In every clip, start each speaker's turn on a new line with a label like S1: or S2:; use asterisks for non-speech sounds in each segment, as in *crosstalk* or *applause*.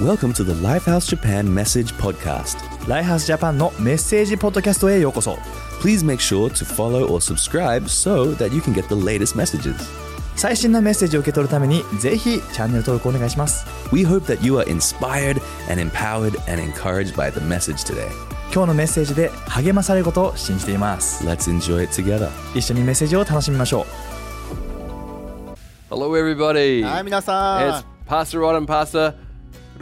S1: Welcome to the Lifehouse Japan Message Podcast.
S2: ライハースジャパンのメッセージポッドキャストへようこそ
S1: Please make sure to follow or subscribe so that you can get the latest messages.
S2: 最新のメッセージを受け取るためにぜひチャンネル登録お願いします
S1: We hope that you are inspired and empowered and encouraged by the message today.
S2: 今日のメッセージで励まされることを信じています
S1: Let's enjoy it together.
S2: 一緒にメッセージを楽しみましょ
S3: Hello, everybody.
S4: はい、皆さ
S3: It's Pastor Rod and Pastor
S4: ん、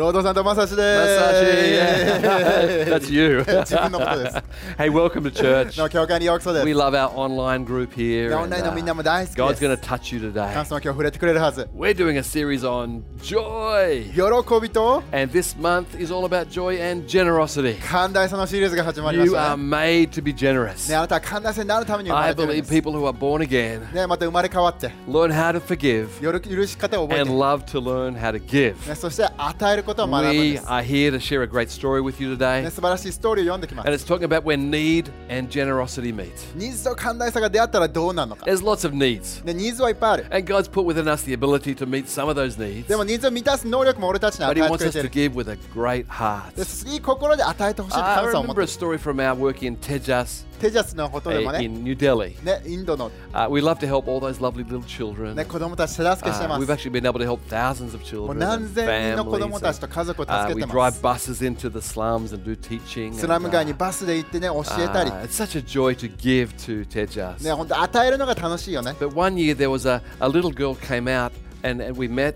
S4: ロードさんとまさしで
S3: Masashi.
S4: す。
S3: Yeah. *laughs* That's you.
S4: *laughs* 自分のことです。
S3: hey, welcome to church.
S4: の教会にようこそです
S3: We。love our online group here. uh,
S4: オンラインのみんなも大好き
S3: God's
S4: で
S3: going
S4: す
S3: to。touch you today.
S4: 神様は今日触れてくれるはず。
S3: We're doing a series on joy.
S4: 喜びと
S3: And this month is all about joy and generosity.
S4: 寛大さのシリーズが始まりまし
S3: You are
S4: たね。
S3: made to be generous.
S4: ね、あなたは寛大さになるために生ま
S3: I
S4: れてるんで
S3: believe
S4: す。
S3: people who are born again
S4: ね、また生まれ変わって、
S3: learn how to forgive
S4: よろ許し方を覚え
S3: and
S4: て、
S3: love to learn how to give.
S4: ね、そして与えることを学ぶんで
S3: We
S4: す。
S3: are here to share a great story with you
S4: ね、
S3: today.
S4: 素晴らしいストーリーを読んできま
S3: And
S4: す。
S3: it's talking about where need and generosity meet.
S4: ニーズと寛大さが出会ったらどうなるのか。
S3: There's lots of needs.
S4: ね、ニーズはいっぱいある。
S3: And God's put within us the ability to meet some of those needs.
S4: でもニーズを満たす能力も俺たちに与
S3: But He
S4: えてく
S3: wants
S4: れ
S3: us to
S4: てる。
S3: give with a great heart.
S4: でいい心で与えてほしいと
S3: I
S4: 神様は思
S3: remember
S4: って
S3: a
S4: る。
S3: story from our work in Tejas
S4: テジャスのことでも
S3: eh,
S4: ね、
S3: in New Delhi.
S4: ね、インドの
S3: Uh, we love to help all those lovely little children.
S4: ね、子供たち手助けして
S3: Uh,
S4: ます
S3: we've。actually been able to help thousands of
S4: もう
S3: children
S4: 何
S3: and
S4: 千人の子
S3: families.
S4: 供たちと
S3: And,
S4: 家族を
S3: uh,
S4: 助け
S3: we
S4: てま
S3: drive
S4: す。
S3: buses into the slums and do teaching.
S4: ス
S3: and,
S4: ラム街に
S3: uh,
S4: バスで行ってね、教えたり、
S3: uh, it's such a joy to give to Tejas.
S4: ね、本当与えるのが楽しいよね。
S3: But one year there was a, a little girl came out and, and we met.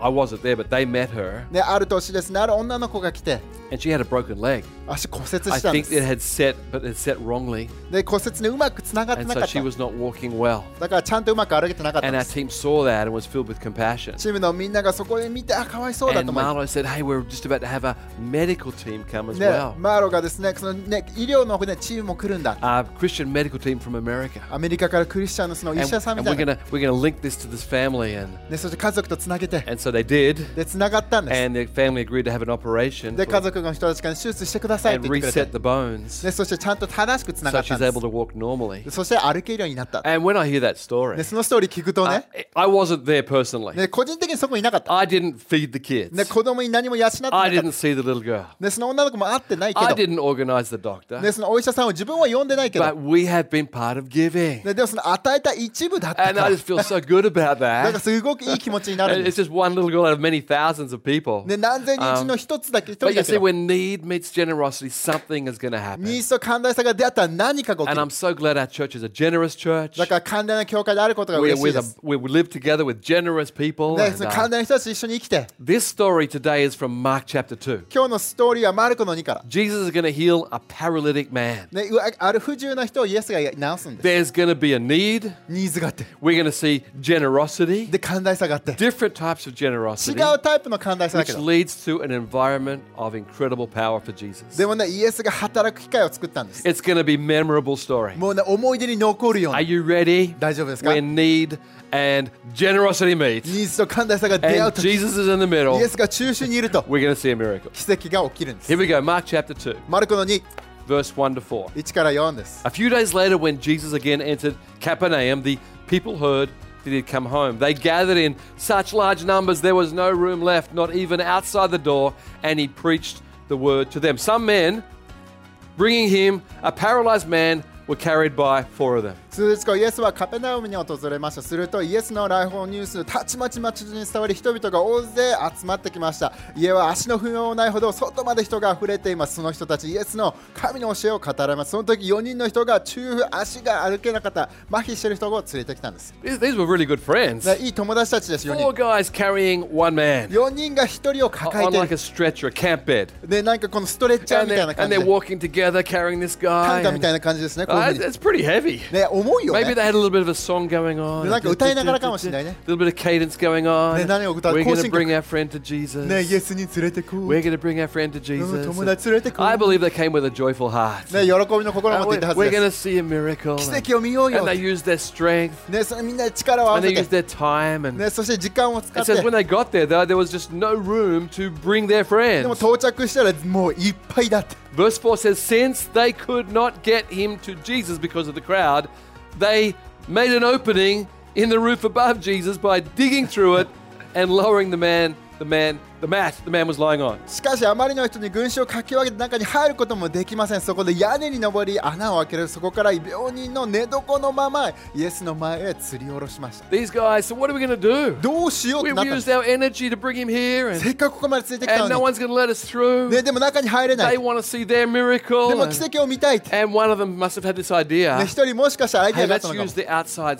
S3: I wasn't there, but they met her
S4: ね、ある年ですね、ある女の子が来て、
S3: and she had a broken leg.
S4: 足骨折
S3: I
S4: したんで
S3: think
S4: す。
S3: it had set, but it set wrongly.
S4: で、骨折にうまくつながって
S3: And
S4: な
S3: so
S4: かっ
S3: she
S4: た。
S3: was not walking well.
S4: だからちゃんとうまく歩けてなかったん
S3: And
S4: で
S3: our
S4: す。
S3: team saw that and was filled with compassion.
S4: チームのみんながそこで見て、あ、かわいそうだ
S3: And
S4: と思い
S3: Marlo said, Hey, we're just about to have a medical team come as
S4: ね
S3: well.、
S4: マーロがですね、そのね、医療の、ね、チームも来るんだ。
S3: A Christian medical team from America.
S4: アメリカからクリスチャンのその
S3: And,
S4: 医者さん
S3: and
S4: み
S3: we're
S4: たいな。
S3: gonna we're gonna link this to this family and
S4: ね、そして家族とつなげて、
S3: and so they did.
S4: で、つながったんです。
S3: And the family agreed to have an operation
S4: で、
S3: for-
S4: 家族の人たちから手術してくださいっ
S3: and
S4: て言ってくれ
S3: reset
S4: て
S3: the。bones.
S4: でそしてちゃんと正しくつなが
S3: So
S4: ったん
S3: she's
S4: で
S3: able
S4: す
S3: to walk normally.
S4: でそして歩けるようになった。
S3: And when I hear that story,
S4: でそのストーリー聞くと
S3: I,
S4: ね、
S3: I wasn't there personally.
S4: ね個人的にそこにいなかった。
S3: I didn't feed the
S4: ね
S3: kids.
S4: 子供に何も養ってなか
S3: I
S4: っ
S3: didn't。
S4: た
S3: see the little girl.
S4: ねその女の子も会ってないけ
S3: I
S4: ど、
S3: didn't organize the doctor.
S4: ねそのお医者さんを自分は呼んでないけど、
S3: But we have been part of giving.
S4: ねでもその与えた一部だった
S3: And
S4: か
S3: I
S4: ら
S3: just、feel so good about
S4: なん
S3: that.
S4: かすごくいい気持ちになるん
S3: And
S4: で
S3: It's
S4: す。
S3: just one little girl out of many thousands of people.
S4: ね何千人中の
S3: Um,
S4: 一つだけ、一人
S3: but you
S4: だ
S3: see,
S4: けど、
S3: when need meets generosity, something is going to
S4: ニ
S3: happen.
S4: ーズと寛大さが出会ったら何かが起
S3: And
S4: き
S3: I'm so
S4: る。
S3: glad our church is a generous church.
S4: だから寛大な教会であることが
S3: We,
S4: 嬉しい
S3: with
S4: で
S3: a,
S4: す。
S3: we live together with generous people.
S4: ね
S3: And,
S4: その
S3: uh,
S4: 寛大な人たちと一緒に生きて、
S3: this story today is from Mark chapter 2.
S4: 今日のストーリーはマルコの2から。
S3: Jesus is going to heal a paralytic man.
S4: ね、うわある不自由な人をイエスが治すんです。
S3: There's going to be a need.
S4: ニーズがあって、
S3: We're going to see generosity,
S4: で、寛大さがあって、違う
S3: different types of generosity,
S4: タイプの寛大さだけ
S3: which
S4: ど、
S3: leads to an environment of incredible power for Jesus.
S4: でもね、イエスが働く機会を作ったんです。
S3: It's going to be a memorable story.
S4: もうね、思い出に残るよう
S3: Are
S4: な、ニ
S3: you ready?
S4: 大丈夫ですか？
S3: When need and generosity meet,
S4: ーズと寛大さが出会う
S3: and
S4: とき、イ
S3: Jesus is in the middle,
S4: エスが中心にいると、
S3: we're going to see a miracle.
S4: 奇跡が起きるんです
S3: Here。we go, Mark chapter 2,
S4: マルコの2、
S3: verse 1 to 4.
S4: 1から4です。
S3: A few days later, when Jesus again entered Capernaum, the people heard that he had come home. They gathered in such large numbers there was no room left, not even outside the door, and he preached the word to them. Some men, bringing him a paralyzed man, were carried by four of them.
S4: 数日後、イエスはカペナウムに訪れました。すると、イエスの来訪ニュース、たちまち町に伝わり、人々が大勢集まってきました。家は足の踏み場もないほど、外まで人が溢れています。その人たち、イエスの神の教えを語られます。その時、4人の人が中腹、足が歩けなかった、麻痺している人を連れてきたんです。
S3: These, these were really good friends.
S4: ねいい友達たちです、4
S3: Four
S4: 人。
S3: guys carrying one man
S4: 4人が1人を
S3: o-
S4: 抱え
S3: on
S4: てい
S3: like a。
S4: る
S3: stretcher, a camp bed.
S4: で、なんかこのストレッチャー
S3: And
S4: みたい
S3: they're,
S4: な感
S3: and
S4: じ
S3: they're
S4: で。
S3: walking together carrying this
S4: 担
S3: guy.
S4: 架み
S3: and-
S4: たいな感じですね、こういう
S3: Uh,
S4: ふう
S3: it's pretty heavy.
S4: に。ね、重いよ
S3: Maybe
S4: ね。
S3: they had a little bit of a song going on.
S4: なんか歌いながらかもしれないね。
S3: little bit of cadence going on.
S4: ね、何を歌う？
S3: We're going to
S4: 行進曲。
S3: bring our friend to Jesus.
S4: ね、イエスに連れてこう。
S3: We're
S4: ね、
S3: going to bring our friend to Jesus.
S4: 友達連れてこう。
S3: I believe they came with a joyful heart.
S4: 喜びの心を持
S3: And
S4: ってい
S3: we're
S4: たはずで
S3: going
S4: す。
S3: to see a miracle.
S4: 奇跡を見よう
S3: And
S4: よ
S3: they。used their strength
S4: ね、それみんなで力を合
S3: and
S4: わせ
S3: they used
S4: て、
S3: their time. And
S4: ね、そして時間を使
S3: it
S4: って、
S3: says when
S4: で
S3: they got there, though, there was just no room to bring their
S4: も
S3: friends.
S4: 到着したらもういっぱいだって。
S3: Verse 4 says, Since they could not get him to Jesus because of the crowd, they made an opening in the roof above Jesus by digging through it and lowering the man the man, the mat the man was lying on.
S4: しかしあまりの人に群衆をかき分けて中に入ることもできませんそこで屋根に登り穴を開けるそこから病人の寝床のままイエスの前へ吊り下ろしました
S3: These guys, so what are we going to do?
S4: どうしようって
S3: We've
S4: なったんで
S3: used
S4: す
S3: our energy to bring him here,
S4: せ
S3: and,
S4: っかくここまでついてき
S3: and
S4: た
S3: no
S4: の
S3: one's going to let us
S4: に
S3: through.
S4: ねでも中に入れな
S3: They
S4: い
S3: want to see their miracle.
S4: でも
S3: and-
S4: 奇跡を見たいってね
S3: And one of them must have had this idea.
S4: 一人もしかしたらアイデ
S3: Hey,
S4: アがあっ
S3: let's
S4: たのかも
S3: use the outside
S4: あ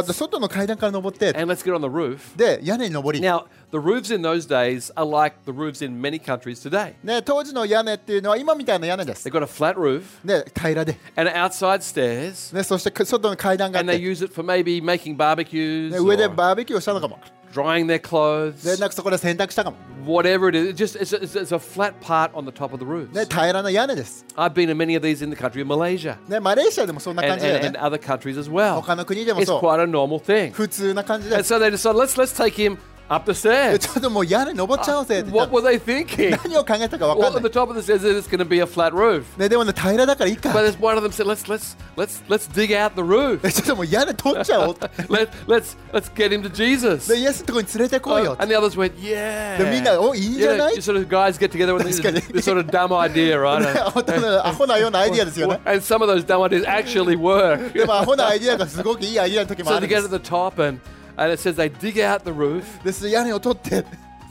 S3: stairs
S4: と外の階段から登って
S3: and let's get on the roof.
S4: で屋根に登り
S3: Now, the roofs in those days are like the roofs in many countries today.
S4: ね当時の屋根っていうのは今みたいな屋根です
S3: They've got a flat roof
S4: ね平らで
S3: and outside stairs,
S4: ねそしてく外の階段があっ
S3: and they
S4: て
S3: use it for maybe making barbecues,
S4: ね上で
S3: or
S4: バーベキューをしたのかも
S3: drying their
S4: で
S3: clothes,
S4: なんかそこで洗濯したかも
S3: whatever it is. It just it's a, it's a- it's a flat part on the top of the roofs.
S4: ね平らな屋根です
S3: I've been in many of these in the country of Malaysia
S4: ねマレーシアでもそんな感
S3: and,
S4: じだ
S3: and,
S4: よ
S3: and
S4: ね
S3: other countries as well.
S4: 他の国でも
S3: It's
S4: そう
S3: quite a normal thing.
S4: 普通な感じで
S3: And
S4: す
S3: so they decided, let's let's take him up the
S4: え
S3: stairs.
S4: ちょっともう屋根登っちゃおうぜって言っ
S3: What
S4: た
S3: were
S4: の
S3: they thinking?
S4: 何を考えたか分か
S3: Well,
S4: ん
S3: at
S4: な
S3: the
S4: い
S3: top of this is it's going to be a flat roof.
S4: ねでもね平らだからいい
S3: But
S4: か
S3: there's one of them said, let's let's let's let's dig out the roof. *laughs*
S4: えちょっともう屋根取っちゃおうって
S3: Let let's let's get him to Jesus.
S4: でイエスのとこに連れてこいよ
S3: Uh, *laughs* and the others went, yeah.
S4: でみんなおいいんじゃ
S3: You
S4: な
S3: know,
S4: い
S3: you sort of guys get together *laughs* with this,
S4: 確かに。
S3: this sort of dumb *laughs* idea,
S4: ね
S3: right?
S4: 本当のアホなようなアイディアですよね
S3: and some of those dumb ideas actually *laughs* work.
S4: でもアホなアイディアがすごくいいアイディアの時も
S3: so they
S4: あるんで
S3: get to
S4: す
S3: the top and and it says they dig out the roof.
S4: です屋根を取って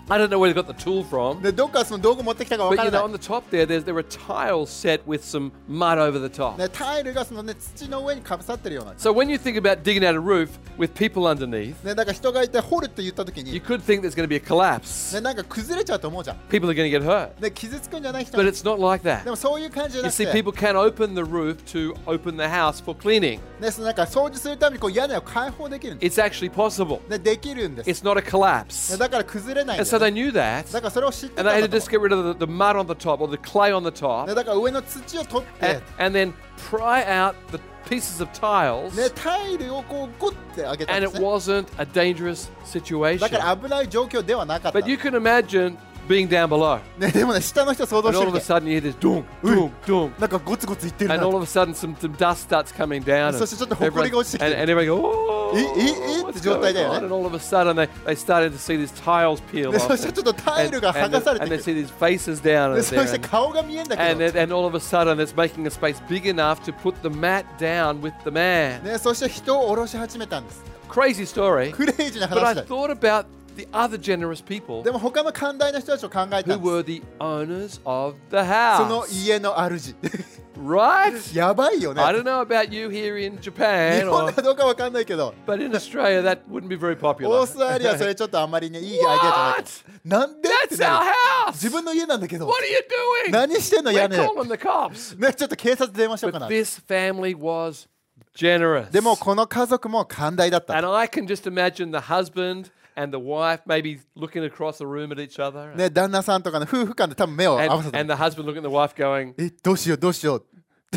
S3: I don't know where they got the tool from.
S4: でどっからその道具持ってきたか分
S3: But
S4: か
S3: you
S4: ら
S3: know,
S4: な
S3: on
S4: い
S3: the top there, there's there are tiles set with some mud over the top.
S4: ねタイルがそのね土の上にかぶさってるような
S3: So when you think about digging out a roof with people underneath,
S4: ねだから人がいて掘るって言った時
S3: you
S4: に
S3: could think there's going to be a collapse.
S4: ねなんか崩れちゃうと思うじゃん
S3: People are going to get hurt.
S4: ね傷つくんじゃない人
S3: But it's not like
S4: で
S3: that.
S4: もそういう感じじゃ
S3: You
S4: なく
S3: see,
S4: て
S3: people can open the roof to open the house for cleaning.
S4: ね、そのなんか掃除するためにこう屋根を開放できるんで
S3: It's actually possible.
S4: す。ね、できるんです。
S3: It's not a
S4: ね
S3: collapse.
S4: だから崩れないんで
S3: And
S4: す、
S3: so they
S4: ね。
S3: knew that.
S4: だからそれを知ってた
S3: And they had
S4: んだと
S3: to
S4: 思
S3: just get rid of the, the mud on the top or the clay on the
S4: うね
S3: top
S4: だから上の土を取って、
S3: and, and then pry out the pieces of tiles.
S4: ね、タイルをこうゴッて上げたん
S3: And
S4: で
S3: it
S4: す、ね。
S3: wasn't a dangerous
S4: だ
S3: situation.
S4: から危ない状況ではなかった。
S3: But
S4: ね
S3: you、can imagine being down below.
S4: でもね、下の人想像
S3: And
S4: して
S3: all
S4: み
S3: of a sudden you hear
S4: て、
S3: this dunk, dunk, dunk.
S4: なんかゴツゴツいってるな
S3: And all of a sudden, some, some dust starts coming down. And
S4: そしてちょっと埃が
S3: everyone,
S4: 落ちてきて。
S3: and, and everyone goes, oh,
S4: え、え、え？
S3: what's
S4: って状態だよね。
S3: going on?" And all of a sudden, they, they started to see these tiles peel
S4: ね、
S3: off.
S4: そしてちょっとタイ
S3: And,
S4: ルが剥
S3: and
S4: がされ
S3: they-
S4: て
S3: and
S4: く
S3: they see
S4: る。
S3: these faces down.
S4: で
S3: And,
S4: そ
S3: there,
S4: して
S3: and,
S4: 顔が見えんだ
S3: and,
S4: け
S3: it-
S4: ど、
S3: and all of a sudden, it's making a space big enough to put the mat down with the man.
S4: ね、そして人を下ろし始めたんです。
S3: Crazy story.
S4: クレイジーな
S3: But
S4: 話
S3: I
S4: だ。
S3: thought about the other generous people
S4: でも他の寛大な人たちを考えた
S3: who
S4: んです
S3: were the owners of the
S4: その
S3: house.
S4: 家の主。 *laughs*
S3: Right?
S4: やばいよね
S3: I。don't know about you here in
S4: 日
S3: Japan,
S4: 本
S3: or,
S4: はどうかわかんないけど。
S3: but in Australia, that wouldn't be very
S4: オー
S3: popular.
S4: ストラリアはそれちょっとあんまりねいいアイデアじゃない
S3: What?
S4: なんでって
S3: That's
S4: な
S3: our
S4: る
S3: house.
S4: 自分の家なんだけど
S3: What are you doing?
S4: 何してんの
S3: We're
S4: 屋根で
S3: calling the cops.
S4: ねちょっと警察電話しようか
S3: But
S4: な
S3: this family was generous.
S4: でもこの家族も寛大だった
S3: And I can just imagine the husband and the wife maybe looking across the room at each other.
S4: ね旦那さんとかの夫婦間で多分目を合わせ
S3: And,
S4: た
S3: and the husband looking at the wife going,
S4: えどうしようどうしよう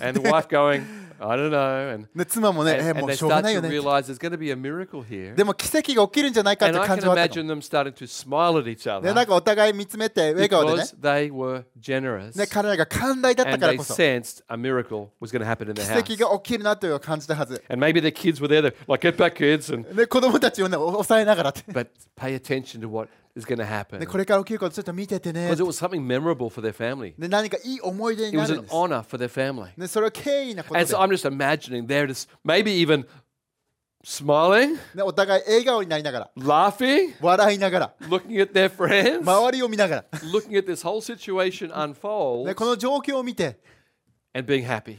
S3: and the wife going, I don't know. And,
S4: ね妻もね
S3: and,
S4: え
S3: and
S4: もう
S3: they
S4: しょうが
S3: start
S4: ない
S3: to
S4: よね
S3: realize there's going to be a miracle here.
S4: でも奇跡が起きるんじゃないかっ
S3: And
S4: て
S3: I
S4: 感じ
S3: can
S4: はあったの
S3: imagine them starting to smile at each
S4: ねなん
S3: other
S4: かお互い見つめて笑顔でね
S3: because they were generous
S4: ね彼らが寛大だった
S3: and
S4: から
S3: they
S4: こそ
S3: sensed a miracle was going to happen in their
S4: 奇
S3: house.
S4: 跡が起きるなというのを感じたはず
S3: And maybe their kids were there, they're like, get back, kids. And,
S4: ね子供たちをねお抑えながらって
S3: but pay attention to what is going to happen
S4: ねこれから起きることちょっと見ててね
S3: because it was something memorable for their family.
S4: ね何かいい思い出に
S3: It
S4: な
S3: was
S4: るん
S3: an
S4: です
S3: honor for their family.
S4: ね、それは敬意なことで
S3: And、so I'm just imagining they're just maybe even smiling,
S4: ね、お互い笑顔になりながら
S3: laughing,
S4: 笑いながら
S3: looking at their friends,
S4: 周りを見なが
S3: looking at this whole situation
S4: ら、
S3: unfold
S4: ね、この状況を見て
S3: and being happy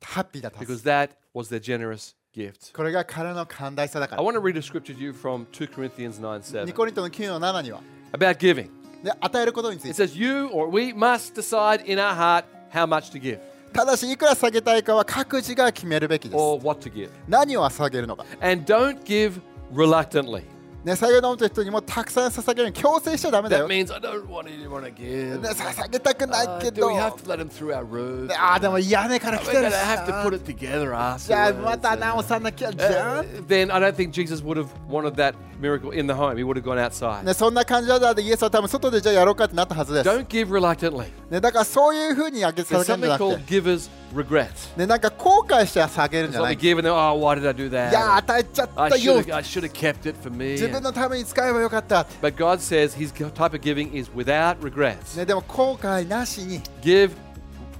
S4: ハッピーだったはず
S3: because that was their generous gift.
S4: これがからの寛大さだか
S3: I
S4: ら
S3: want to read a scripture to you from 2 Corinthians 9 7
S4: ニコリントの9の7には、
S3: about giving.
S4: ね、与えることについ
S3: It
S4: て
S3: says, You or we must decide in our heart how much to give
S4: ただしいくら下げたいかは各自が決めるべきです
S3: or what to give.
S4: 何を下げるのか、
S3: And don't give reluctantly.
S4: ね、下げを飲む人にもたくさん捧げるように強制しちゃダメだよ、
S3: That
S4: ね、
S3: means I don't want anyone to give.
S4: 捧げたくない
S3: Uh,
S4: け
S3: do
S4: ど
S3: we
S4: ね
S3: have to let him through our roof?
S4: ああでも屋根から来
S3: We're
S4: て
S3: going
S4: るし
S3: to have to
S4: な
S3: put it together
S4: じゃあま
S3: afterwards.
S4: た直さなきゃじゃ
S3: Uh,
S4: ん
S3: then I don't think Jesus would have wanted that miracle in the home. He would have gone outside.
S4: ね、そんな感じだったでイエスは多分外でじゃあやろうかってなったはずです。
S3: Don't give reluctantly.
S4: ね、だからそういうふうにあげさ
S3: There's
S4: せるんじゃ
S3: something
S4: なくて
S3: called giver's regret.
S4: でなんか後悔して下げるん
S3: It's
S4: じゃな
S3: not
S4: い
S3: like giving them, oh, why did I do
S4: い
S3: that?
S4: やー与えちゃった
S3: I should
S4: よ
S3: have, I should have kept it for me.
S4: 自分のために使えばよかった、
S3: But God says His type of giving is without regrets.
S4: ね、でも後悔なしに、
S3: Give,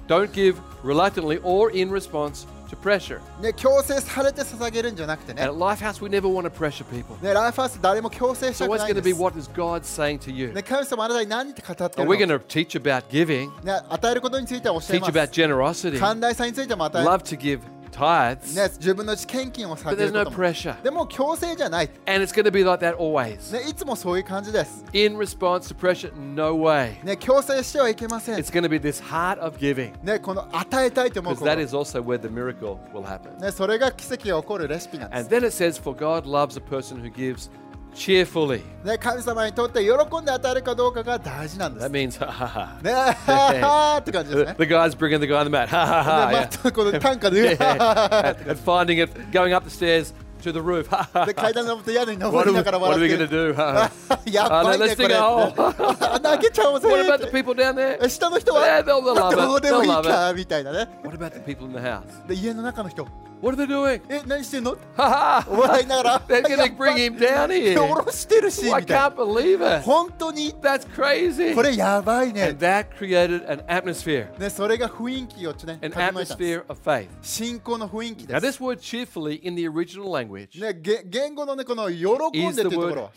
S3: don't give reluctantly or in response to pressure.
S4: ね、強制されて捧げるんじゃなくて
S3: And
S4: ね
S3: at Lifehouse, we never want to pressure people.
S4: ねライフハウス誰も強制し
S3: It's
S4: たく
S3: always
S4: ない
S3: going
S4: ん
S3: to
S4: で
S3: be
S4: す、
S3: what is God saying to you.
S4: ね、神様あなたに何って語ってる
S3: And we're
S4: の
S3: going to teach about giving,
S4: ね、与えることについては教
S3: teach
S4: えま
S3: about
S4: す
S3: generosity,
S4: 寛大さについても与える
S3: love to give tithes,
S4: ね、自分の献金を下
S3: but
S4: げ
S3: there's
S4: る
S3: no
S4: ことも、
S3: pressure.
S4: でも強制じゃない、
S3: And it's going to be like that always.
S4: ね、いつもそういう感じです、
S3: In response to pressure, no way.
S4: ね、強制してはいけません
S3: It's、going to be this heart of giving
S4: ね、この与えたいと思う
S3: because
S4: こ
S3: that
S4: と
S3: is also where the miracle will happen.
S4: ね、それが奇跡が起こるレシピなんです
S3: And then it says, For God loves a person who gives cheerfully.
S4: ね、神様にとって喜んで与えるかどうかが大事なんです。
S3: That
S4: ね、
S3: means, *laughs* ha ha ha.
S4: はー *laughs* って感じですね。
S3: *laughs* The guy's bringing the guy on the mat. Ha ha ha.
S4: でま
S3: yeah.
S4: たこの短
S3: *laughs*
S4: 歌で、
S3: and, and finding it, going up the stairs to the roof. Ha ha.
S4: *laughs* で階段登って屋根に
S3: What are
S4: 登
S3: we,
S4: りながら
S3: what are
S4: 笑
S3: we
S4: って
S3: going to do?
S4: る。
S3: Ha, *laughs* ha.
S4: *laughs* や
S3: Uh,
S4: ばい
S3: let-
S4: ね
S3: let's
S4: こ
S3: dig a hole. *laughs*
S4: れ。投げちゃおうぜ
S3: What about the people down there?
S4: え下の人
S3: Yeah, they'll-
S4: は
S3: they'll love it.
S4: どうでもいい
S3: They'll love
S4: かみたいなね。
S3: What about the people in the house?
S4: で家の中の人、
S3: What are they doing?
S4: え何してんの？
S3: Ha
S4: 笑いな
S3: ha.
S4: がら。
S3: They're going
S4: や
S3: to
S4: ば
S3: bring
S4: い
S3: him down
S4: 下
S3: here.
S4: ろしてるし
S3: I
S4: みたい
S3: can't
S4: な。
S3: believe it.
S4: 本当に
S3: That's crazy.
S4: これやばいね
S3: And。that created an atmosphere,
S4: ねそれが雰囲気をね
S3: an
S4: 整えたんです
S3: atmosphere of faith.
S4: 信仰の雰囲気
S3: Now,
S4: です。
S3: this word cheerfully in the original language
S4: ね、げ言語のねこの喜ん
S3: is
S4: でって
S3: the
S4: いうところ
S3: word
S4: は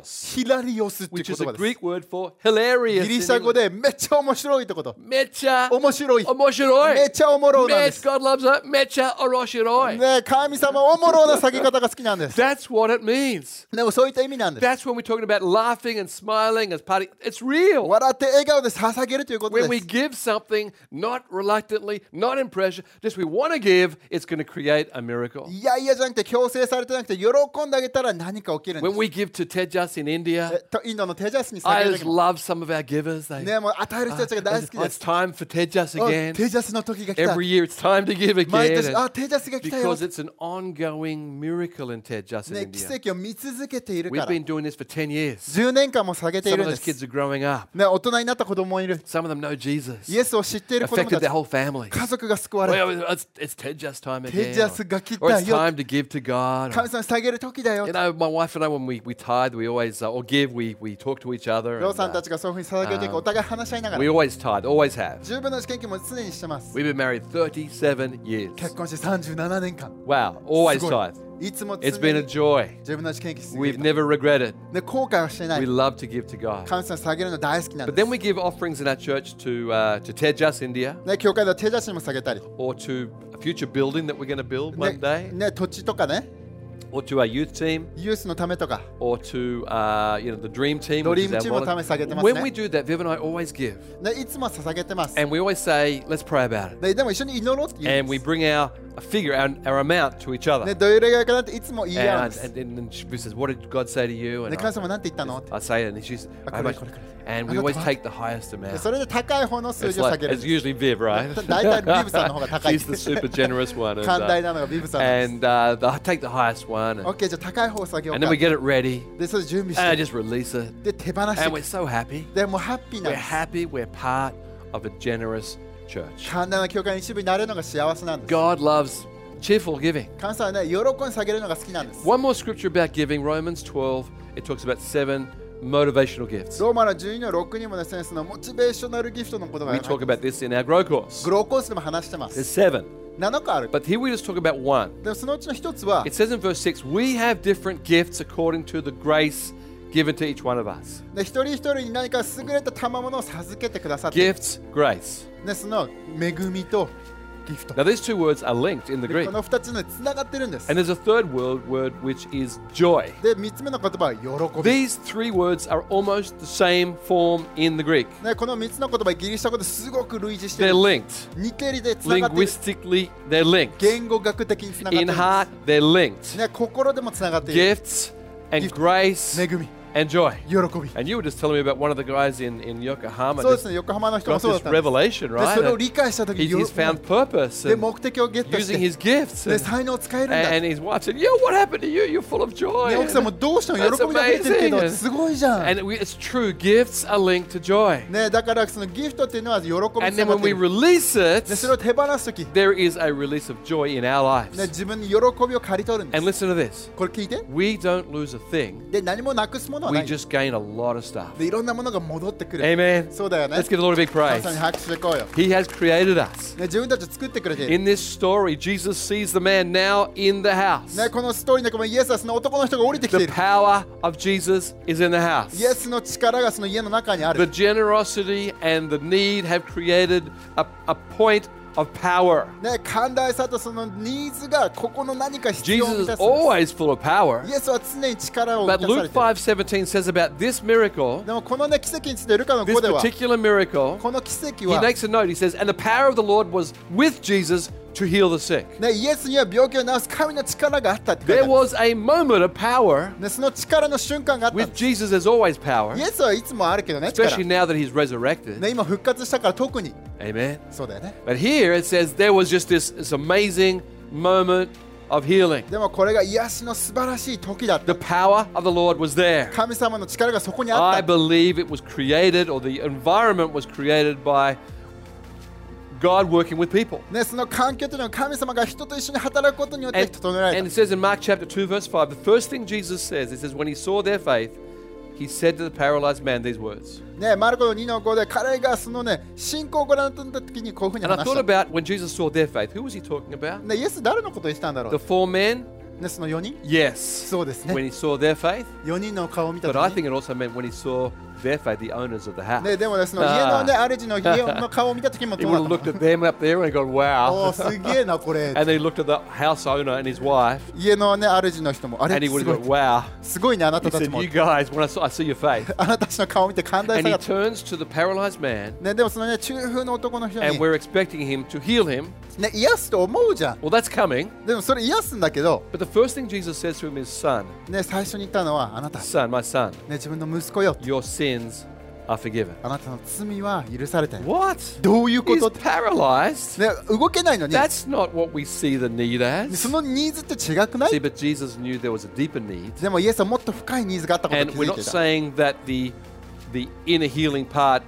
S3: hilarious,
S4: ヒラリオスっていう
S3: which
S4: 言
S3: is a
S4: 葉です
S3: Greek word for
S4: ギ
S3: hilarious.
S4: リ
S3: in
S4: シャ語
S3: English.
S4: でめっちゃ面白いってこと
S3: めっちゃ
S4: 面白い
S3: 面白い
S4: めっちゃおもろいなんで
S3: めっ-
S4: す、
S3: God loves it. めっちゃ面白い
S4: ね、神様おもろな下げ方が好きなんです
S3: That's what it means.
S4: でもそういった意味なんです
S3: That's when we're talking about laughing and smiling as party. It's real.
S4: 笑って笑顔で捧げるということで
S3: When we
S4: す
S3: give something, not reluctantly, not in pressure, just we want to give, it's going to create a miracle.
S4: いやいやじゃなくて強制されてなくて喜んであげたら何か起きるんで
S3: When
S4: す
S3: we give to Tejas in
S4: え
S3: India,
S4: とインドのテジャスに下
S3: I
S4: げる
S3: always
S4: 時も
S3: love some of our givers. They,
S4: ねもう与える人たちが大好き
S3: Oh,
S4: で
S3: it's
S4: す
S3: time for Tejas
S4: あ
S3: again.
S4: テジャスの時が来た
S3: Every year it's time to give
S4: 毎
S3: again.
S4: 年
S3: and-
S4: あテジャスが来たよ
S3: because it's an ongoing miracle in Tejas in
S4: ね、奇
S3: India.
S4: 跡を見続けているか
S3: We've
S4: ら
S3: been doing this for 10 years.
S4: 10年間も下げてい
S3: Some of
S4: るんで
S3: those kids
S4: す、
S3: are growing up.
S4: ね、大人になった子供もいる
S3: Some of them know Jesus.
S4: イエスを知っている子供
S3: Affected
S4: た
S3: their
S4: ち
S3: whole family.
S4: 家族が救われ
S3: Well,
S4: る
S3: it's, it's Tejas time again.
S4: Tejasが来たよ。
S3: Or, or it's time to give to God.
S4: 神
S3: Or,
S4: 様に下げる時だよ
S3: you know, my wife and I, when we, we tithe, we always, uh, or give, we, we talk to each other.
S4: ロー
S3: And,
S4: さんたち
S3: uh,
S4: がそういうふうに捧げる時お互い話し合いなが
S3: we
S4: ら
S3: always tithe, always have.
S4: 十分の献金も常にしてます
S3: We've been married 37 years.
S4: 結婚して37年間
S3: Wow, always
S4: すご
S3: tithe.
S4: いいつも常
S3: It's been a
S4: に
S3: joy.
S4: 十分の献金して
S3: We've never regretted.
S4: で後悔はしてない
S3: We
S4: 神
S3: love to give to God.
S4: 様に下げるの大好きなん
S3: But
S4: です
S3: then we give offerings in our church to uh, to Tejas India
S4: ね、教会の手出しにも下げたり、ね
S3: or to a future building that we're going to build one day
S4: ね、土地とかね、
S3: or to our youth team
S4: ユースのためとか、
S3: or to uh, you know the dream team. which is our
S4: ドリームチームのために下げてますね。
S3: When we do that, Viv and I always give
S4: ね、いつも捧げてます。
S3: and we always say, let's pray about it.
S4: ででも一緒に祈ろうって言う
S3: And
S4: んで
S3: we
S4: す。
S3: bring our a figure, our, our amount to each
S4: ね、
S3: other.
S4: どういう例外かなっていつも言い合うん
S3: And,
S4: です。
S3: and, and, and she says, what did God say to you?
S4: ね、
S3: And
S4: 神
S3: I,
S4: 様なんて言ったのって
S3: I say it and she says, "How much?" And we always take the highest
S4: で
S3: amount.
S4: それで高い方の数
S3: It's,
S4: 字を下
S3: like,
S4: げるん
S3: it's
S4: です。
S3: usually Viv, right? *laughs*
S4: 大体ビブさんの方が高い。
S3: She's the super generous
S4: *laughs*
S3: one. And,
S4: 寛大
S3: uh,
S4: なのがビブさんなんです。
S3: and uh, I take the highest one. And,
S4: オッケーじゃあ高い方を下げよう
S3: and
S4: か
S3: then we。get it ready.
S4: で、それで準備
S3: And I
S4: して、
S3: Uh, just release it.
S4: で、手放
S3: And we're
S4: して、
S3: so happy.
S4: で、もうハッピーなん
S3: We're
S4: です。
S3: happy we're part of a generous church.
S4: 寛大な教会の一部になれるのが幸せなんです。
S3: God loves cheerful giving.
S4: 神様はね、喜んで下げるのが好きなんです。
S3: One more scripture about giving, Romans 12. It talks about seven motivational gifts.
S4: ローマの12の6にもですね、そのモチベーショナルギフトのことが
S3: We
S4: 入ってま
S3: talk
S4: す
S3: about this in our grow course.
S4: グローコースでも話してま
S3: There's
S4: す。
S3: seven.
S4: 7個ある。
S3: But here we just talk about one.
S4: でもそのうちの一つは
S3: It、says in verse 6, we have different gifts according to the grace given to each one of us.
S4: ね一人一人に何か優れた賜物を授けてくださって、
S3: Gifts, grace.
S4: ね、その恵みとギフト。
S3: Now, these two words are linked in the
S4: で
S3: Greek.
S4: この2つのつながってるんです
S3: And。there's a third word, word which is joy.
S4: で、3つ目の言葉は喜び。
S3: These three words are almost the same form in the Greek.
S4: ね、この3つの言葉、ギリシャ語ですごく類似して
S3: They're
S4: る。
S3: linked.
S4: 似てるでつながってる。
S3: Linguistically, they're linked.
S4: 言語学的につながって
S3: In
S4: るんで
S3: heart, they're
S4: す。
S3: linked.
S4: ね、心でもつながっている。
S3: Gifts and grace
S4: 恵み。
S3: and joy.
S4: 喜び
S3: And you were just telling me about one of the guys in, in Yokohama
S4: そうです
S3: just
S4: ね横浜の人も
S3: got
S4: そうだっ
S3: this
S4: たんです
S3: revelation,
S4: でそれを
S3: right?
S4: 理
S3: That
S4: 解した時
S3: He's,
S4: に
S3: he's found purpose
S4: で
S3: and
S4: 目的をゲット
S3: using
S4: して
S3: his gifts.
S4: で
S3: And,
S4: 才能を使えるん
S3: and,
S4: だ
S3: and he's watching, yo, what happened to you? You're full of joy.
S4: ね奥さんも
S3: And,
S4: どうしたの
S3: That's
S4: 喜びが増えてるけ
S3: amazing.
S4: どすごいじゃん、
S3: we, it's true, gifts are linked to joy.
S4: ね、だからそのギフトっていうのは喜びに
S3: And
S4: つ
S3: then
S4: なが
S3: when
S4: ってい
S3: we
S4: る
S3: release it,
S4: でそれを手放す時、ね、
S3: there is a release of joy in our lives.
S4: 自分に喜びを刈り取るんで
S3: And
S4: す
S3: listen to this
S4: これ聞いて
S3: we don't lose a thing,
S4: で何もなくすものはな
S3: we
S4: いんです
S3: just gain a lot of stuff.
S4: でいろんなものが戻ってくる
S3: Amen.
S4: そうだよね
S3: Let's give the Lord a big
S4: 神
S3: praise.
S4: 様に拍手でこうよ、ね、
S3: He has created us.
S4: 自分たちを作ってくれている
S3: In this story, Jesus sees the man now in the house.
S4: ね、このストーリーの中もイエスはその男の人が降りてきてい
S3: The
S4: る
S3: power of Jesus is in the
S4: イエ
S3: house.
S4: スの力がその家の中にあ
S3: The
S4: る
S3: generosity and the need have created a, a point of power.
S4: ね、寛大さとそのニーズがここの何か必要を
S3: Jesus
S4: 満
S3: is
S4: たすんで
S3: always
S4: す
S3: full of power.
S4: イエスは常に力を満
S3: But
S4: たされ
S3: Luke
S4: ている
S3: 5:17 says about this miracle,
S4: でもこのね奇跡についてルカの
S3: this
S4: 5では
S3: particular miracle,
S4: この奇跡
S3: he
S4: は
S3: makes a note. He says, "And the power of the Lord was with Jesus to heal the sick."
S4: ね、イエスには病気を治す神の力があったって書いて
S3: There
S4: ある
S3: was a moment of power
S4: ね、その力の瞬間があったん
S3: with
S4: です
S3: Jesus. There's always power,
S4: イエスはいつもあるけどね力
S3: especially now that he's resurrected.
S4: ね今復活したから特に
S3: Amen.
S4: そうだよね
S3: But here it says there was just this, this amazing moment of healing.
S4: でもこれが癒しの素晴らしい時だっ
S3: The
S4: た
S3: power of the Lord was there.
S4: 神様の力がそこにあ
S3: I
S4: った
S3: believe it was created, or the environment was created by God working with people.
S4: ね、その環境というのは神様が人と一緒に働くことによって
S3: And,
S4: 整えられ
S3: and
S4: た
S3: it says in Mark chapter 2, verse 5, the first thing Jesus says, it says, when he saw their faith, he said to the paralyzed man these words.
S4: ね、マルコの2の5で彼がそのね、信仰をご覧になった時にこういうふうに
S3: And I
S4: 話
S3: thought
S4: した。
S3: about when Jesus saw their faith, who was he talking about?
S4: ね、イエス誰のことを言ったんだろ
S3: The
S4: う、
S3: four men?
S4: ね、その4人
S3: Yes.
S4: *laughs* そうです
S3: When
S4: ね。
S3: he saw their faith.
S4: 4人の顔を見た
S3: But I
S4: 時
S3: think it also meant when he saw their faith, the owners of the house.
S4: に、ね、でもね、その家のね、
S3: Ah.
S4: 主の家の顔を見た時も
S3: He
S4: ど
S3: would
S4: う
S3: have
S4: だった
S3: *laughs* looked at them up there and gone,
S4: お
S3: wow.
S4: ーすげえな、これ。
S3: And he looked at the house owner and his wife,
S4: 家のね、主の人も、あれ
S3: and he
S4: すご
S3: would
S4: い
S3: have gone, wow.
S4: すごいね、あな
S3: He
S4: たたち
S3: said,
S4: も
S3: You。guys, when I, saw, I see your faith.
S4: あなたたちの顔を見て寛大
S3: And
S4: さ
S3: he
S4: があった。
S3: turns to the paralyzed man,
S4: ね、でもそのね、中風の男の人に
S3: and、we're expecting him to heal him.
S4: ね、癒すと思うじゃん。
S3: Well, that's coming.
S4: でもそれ癒すんだけど、
S3: But the first thing Jesus says to him is, Son,
S4: ね、最初に言ったのは、あなた、ね、
S3: son, my son,
S4: 自分の息子よ。
S3: your sins are forgiven.
S4: あなたの罪は許されてる。
S3: What?
S4: どういうこ
S3: He's
S4: と
S3: paralyzed.
S4: ね、動けないのに、
S3: That's not what we see the need as.
S4: そのニーズって違くな
S3: See,
S4: い
S3: but Jesus knew there was a deeper need.
S4: でもイエスはもっと深いニーズがあったことに
S3: And
S4: 気
S3: we're
S4: づ
S3: not
S4: いてた。
S3: saying that the the inner healing part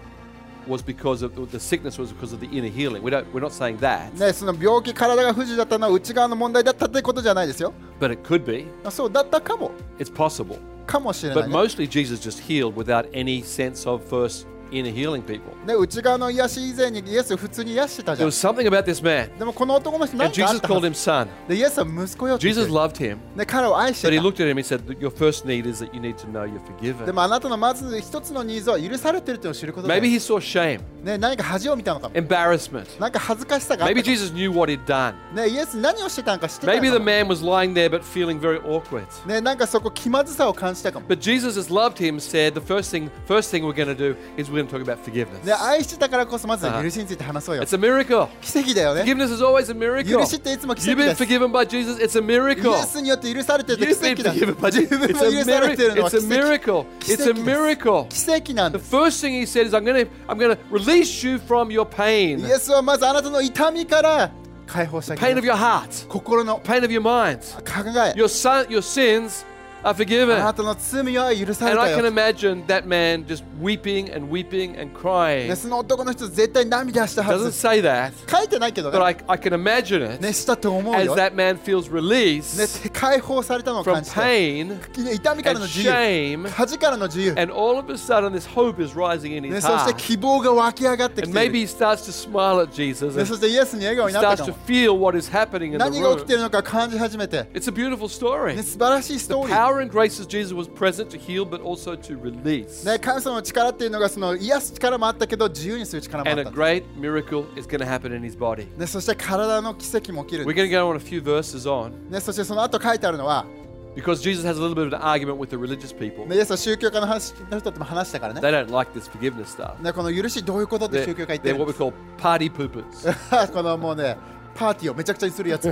S3: was because of the sickness was because of the inner healing. We don't we're not saying that.
S4: ね、その病気、体が不自由だったのは内側の問題だったってことじゃないですよ。
S3: But it could be.
S4: そうだったかも、
S3: It's possible.
S4: かもしれな
S3: But
S4: いね、
S3: mostly Jesus just healed without any sense of first inner healing people.
S4: ね。内側の癒し以前にイエス普通に癒してたじ
S3: There
S4: ゃん
S3: was。something about this man.
S4: でもこの男の人何
S3: And
S4: かあ
S3: Jesus
S4: った
S3: called
S4: はず
S3: him son.
S4: でイエスは息子よって言って
S3: Jesus
S4: る
S3: loved him.
S4: ね、彼を愛して
S3: But he
S4: た。
S3: looked at him and said, Your first need is that you need to know you're
S4: で
S3: forgiven.
S4: もあなたのまず一つのニーズは許されてるっていうのを知ることだよ
S3: Maybe he saw shame,
S4: ね、何か恥を見たのかも。
S3: embarrassment.
S4: なんか恥ずかしさがあっ
S3: Maybe
S4: たか
S3: Jesus knew what he'd done.
S4: も。ね、イエス何をしてたのか知ってたの
S3: Maybe
S4: か
S3: the
S4: も
S3: man was lying there but feeling very awkward.
S4: ね、なんかそこ気まずさを感じたかも。
S3: But Jesus has loved him, said the first thing first thing we're gonna do is we're gonna talk about
S4: ね、
S3: forgiveness.
S4: 愛してたからこそまずは許しについて話そうよ
S3: It's。a miracle.
S4: 奇跡だよね。
S3: Forgiveness is always a
S4: 許
S3: miracle.
S4: しっていつも奇
S3: You've
S4: 跡
S3: been
S4: です。イ
S3: forgiven by Jesus, it's a
S4: エ
S3: miracle.
S4: スによって許されてる
S3: You've
S4: 奇
S3: been
S4: 跡だ。
S3: forgiven *laughs* by
S4: 自
S3: Jesus.
S4: 分
S3: It's
S4: も
S3: a,
S4: 許され
S3: miracle.
S4: てるのは
S3: it's
S4: 奇
S3: a
S4: 跡。
S3: miracle. It's a
S4: 奇跡です。
S3: miracle.
S4: 奇跡なん
S3: The
S4: です。
S3: first thing he said is I'm gonna I'm gonna release you from your
S4: イ
S3: pain.
S4: エスはまずあなたの痛みから解放してあ
S3: Pain of
S4: げる。
S3: your heart,
S4: 心の
S3: pain of your mind.
S4: 考え。
S3: Your son your sins are
S4: あ
S3: forgiven.
S4: なたの罪は許され
S3: And
S4: た
S3: I can
S4: よ。
S3: imagine that man just weeping and weeping and
S4: ね
S3: crying.
S4: その男の人絶対涙したは
S3: Doesn't
S4: ず。
S3: say that,
S4: 書いてないけど
S3: but
S4: ね。
S3: I, I can imagine it
S4: ね、したと思う
S3: as
S4: よ。
S3: that man feels
S4: ね
S3: release、
S4: 解放されたのを
S3: from
S4: 感じて。
S3: pain
S4: ね痛みからの
S3: and
S4: 自由。
S3: shame,
S4: 恥からの自由。
S3: and all of a sudden this hope is rising in
S4: ね、
S3: his
S4: そして
S3: heart.
S4: 希望が湧き上がってき
S3: And
S4: てい
S3: maybe
S4: る。
S3: he starts to smile at Jesus
S4: ね、そ
S3: and
S4: してイエスに笑顔になった
S3: starts
S4: か
S3: to
S4: も。
S3: feel what is happening in the
S4: 何が起きてい
S3: room.
S4: るのか感じ始めて。
S3: It's a beautiful story.
S4: ね、素晴らしいストーリー。
S3: Power and grace of Jesus was present to heal, but also to release.
S4: ね、神様の力っていうのがその癒す力もあったけど自由にする力もあ
S3: And a
S4: った。
S3: great miracle is going to happen in his body.
S4: ね、そして体の奇跡も起きる
S3: We're。going to go on a few verses on
S4: ね、そしてその後書いてあるのは、
S3: because Jesus has a little bit of an argument with the religious people.
S4: ね、イエスは宗教家の話の人とも話したからね。
S3: They don't like this forgiveness stuff.
S4: ね、この許しどういうことって
S3: They're,
S4: 宗教家言っ
S3: they're
S4: てる
S3: *laughs* what we call party poopers.
S4: *laughs* このもうね、パーティーをめちゃくちゃにするやつ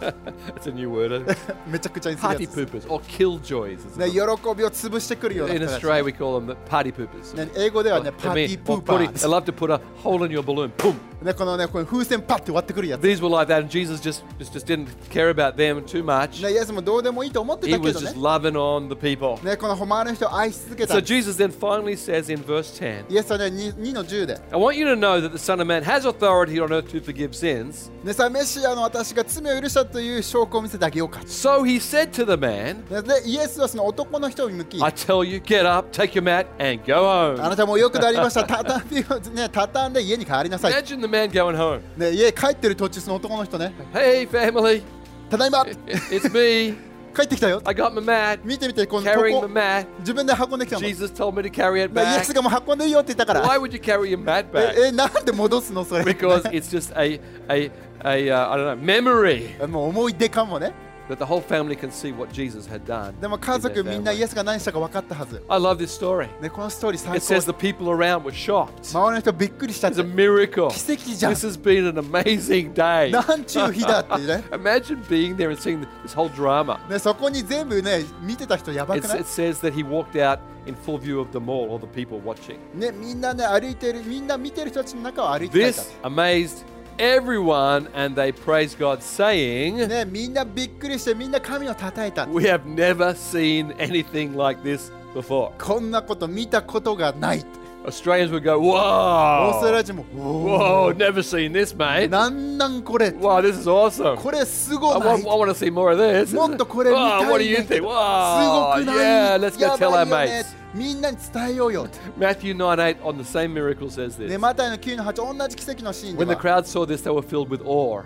S3: *laughs* It's a new word.
S4: めちゃくちゃにするや
S3: Party
S4: つ、ね、
S3: poopers or killjoys. Is
S4: 喜びを潰してくるような
S3: In
S4: 人たち
S3: Australia, we call them the party poopers.
S4: ね、英語では
S3: They
S4: ね、パーテ
S3: mean-
S4: ィープ
S3: or
S4: ーパ
S3: putting- They
S4: ー、
S3: love to put a hole in your balloon. Boom.
S4: ね、このね、この風船パッて割ってくるやつ。ね、
S3: These were like that, and Jesus just just, just didn't care about them too much.
S4: イエスもどうでもいいと思ってた
S3: He
S4: け
S3: was
S4: ど
S3: just
S4: ね、
S3: loving on the people.
S4: ね、この誉れの人を愛し続けた
S3: So。Jesus then finally says in verse 10,
S4: イエスはね、2, 2の10で、
S3: I want you to know that the Son of Man has authority on earth to forgive sins.
S4: ね、さあメシアの私が罪を許したという証拠を見せてあげようか。
S3: So he said to the man,
S4: ねで、イエスはその男の人に向き、
S3: I
S4: あ
S3: tell you, get up, take your mat, and go home.
S4: なたもうよくなり
S3: *laughs*
S4: ました、畳を、ね、畳んで家に帰りなさい。
S3: Imagine the man going home.
S4: ね、家帰ってる途中、その男の人ね、
S3: Hey, family,
S4: ただいま、
S3: it- it's me.
S4: 帰ってきたよ。
S3: I got my mat,
S4: 見てみて、この
S3: carrying
S4: こ
S3: the
S4: こ
S3: mat.
S4: 自分で運んできたの。ねイ
S3: Jesus told me to carry it
S4: エ
S3: back.
S4: スがもう運んでいいよって言ったから。
S3: Why would you carry your mat back?
S4: え、えなんで戻すのそれ。
S3: Because it's just a, a, a uh, I don't know, memory
S4: *laughs* もう思い出かもね。
S3: that the whole family can see what Jesus had done.
S4: でも
S3: in
S4: 家
S3: their
S4: 族みんな
S3: family.
S4: イエスが何したか分かったはず。
S3: I love this story.
S4: ね、このストーリー
S3: It
S4: 最
S3: says
S4: 高。
S3: the people around were shocked.
S4: 周りの人びっくりしたっ
S3: It's a
S4: て。
S3: miracle.
S4: 奇跡じゃん
S3: This。has been an amazing day.
S4: なんちゅう日だってね。
S3: *laughs* Imagine being there and seeing this whole drama.
S4: ね、そこに全部ね、見てた人やば
S3: It's,
S4: くない
S3: it says that he walked out in full view of them all, all the people watching.
S4: ね、みんなね、歩いてる、みんな見てる人たちの中を歩いてた
S3: This。amazed everyone, and they praised God, saying,
S4: ね、みんなびっくりして、みんな神を叩いた。
S3: We have never seen anything like this before.
S4: こんなこと見たことがない。
S3: Australians would go,
S4: オースト
S3: Whoa!
S4: ラリア人も、お
S3: Whoa, never seen this,
S4: お、
S3: mate.
S4: なんなんこれ。
S3: Wow, this is awesome.
S4: これす
S3: I
S4: ごな
S3: want,。I
S4: い
S3: want to see more of this.
S4: もっとこれ見
S3: Wow,
S4: た
S3: what do
S4: い
S3: you
S4: ねんけ
S3: think?
S4: ど。す
S3: Wow,
S4: ごくない
S3: yeah, let's go
S4: や
S3: tell
S4: ば
S3: our
S4: いよね
S3: mates.。
S4: みんなに伝えようよって。
S3: Matthew 9 8 on the same miracle says
S4: ね、
S3: this.
S4: マタイの9の8、同じ奇跡のシーンで
S3: When the crowd
S4: は、
S3: saw this, they were filled with awe.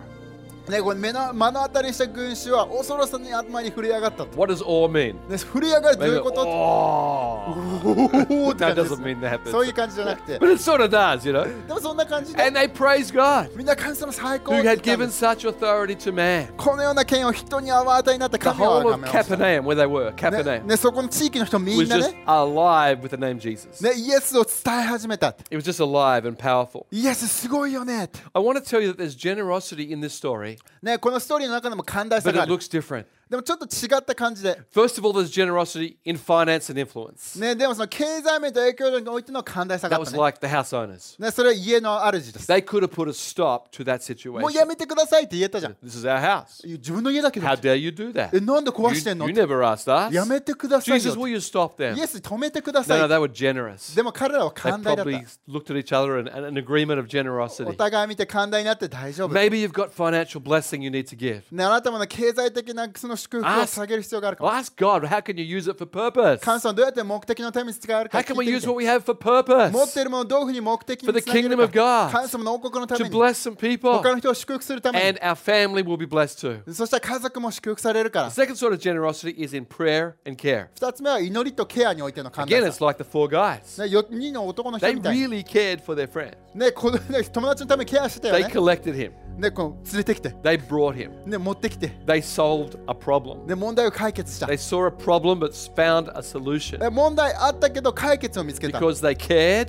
S4: ね、これ目の目の当たりにした群衆は恐ろしさに頭に触れ上がったと。
S3: What does awe mean?
S4: ね、触れ上がるどう
S3: Maybe,
S4: いうことっ
S3: oh.
S4: ておーって感
S3: That
S4: じです
S3: doesn't mean that.
S4: そういう
S3: But,
S4: 感じじゃなくて、
S3: but it sort of does, you know.
S4: でもそんな感じで、
S3: And they praise God,
S4: みんな神様最高
S3: who
S4: って言
S3: had
S4: ったんで
S3: given
S4: す
S3: such authority to man.
S4: このような権を人にお与えになった
S3: The
S4: 神は
S3: whole
S4: 崇
S3: of
S4: めました
S3: Capernaum, where they were,
S4: ね
S3: Capernaum,
S4: ね、そこの地域の人み
S3: was
S4: んな
S3: just
S4: ね
S3: alive with the name Jesus.
S4: ね、イエスを伝え始めたって。
S3: It was just alive and powerful.
S4: イエスすごいよねって。
S3: I want to tell you that there's generosity in this story,
S4: ね、このストーリーの中でも寛大さ
S3: but
S4: があ
S3: it
S4: る。
S3: looks different.
S4: でもちょっと違った感じで。
S3: First of all, there's generosity in finance and influence.
S4: ね、でもその経済面と影響力においての寛大さが
S3: That
S4: あった、
S3: was
S4: ね。
S3: like the house owners.
S4: ね、それは家の主です。
S3: They could have put a stop to that
S4: もうや
S3: situation.
S4: めてくださいって言えたじゃん。
S3: This is our house.
S4: 自分の家だけど
S3: How。dare you do that?
S4: え、なんで壊してん
S3: You,
S4: の
S3: you never asked us.
S4: やめてください
S3: Jesus, will
S4: よ。
S3: you stop them?
S4: イエス止めてくだ
S3: No,
S4: さ
S3: no,
S4: い。
S3: they were generous.
S4: でも彼らは
S3: They
S4: 寛大だっ
S3: probably
S4: た。
S3: looked at each other and, and an agreement of
S4: お
S3: generosity.
S4: 互い見て寛大になって大丈夫。ね、
S3: Maybe you've got financial blessing you need to give.
S4: あなたもね、経済的なその祝福を
S3: Ask-
S4: 下げる必要があるか
S3: Well,
S4: も。
S3: ask God, how can you use it for purpose?
S4: 神様どうやって目的のために使えるか
S3: How
S4: 聞い
S3: can
S4: て
S3: we
S4: み
S3: use
S4: て
S3: what we have for purpose?
S4: 持っているものをどういうふうに目的
S3: For
S4: に
S3: the
S4: つなげ
S3: kingdom
S4: る
S3: of God.
S4: か神様の王国のた
S3: To
S4: めに
S3: bless some people.
S4: 他の人を祝福するため
S3: And our family will be blessed too.
S4: にそしたら家族も祝福されるから
S3: The second sort of generosity is in prayer and care.
S4: 二つ目は祈りとケアにおいての寛
S3: Again,
S4: 大
S3: it's
S4: さ
S3: like the four guys.
S4: ね、よ人の男の人
S3: They
S4: みたいに、
S3: really cared for their friend.
S4: ね、このね友達のためにケアしてたよ
S3: They
S4: ね
S3: collected him.
S4: ねこう連れてきて、
S3: They brought him.
S4: ね、持ってきて、
S3: They solved a problem.
S4: ね、問題を解決した、
S3: They
S4: ね、
S3: saw a problem but found a solution
S4: 問題あったけど解決を見つけた、ね、
S3: because they cared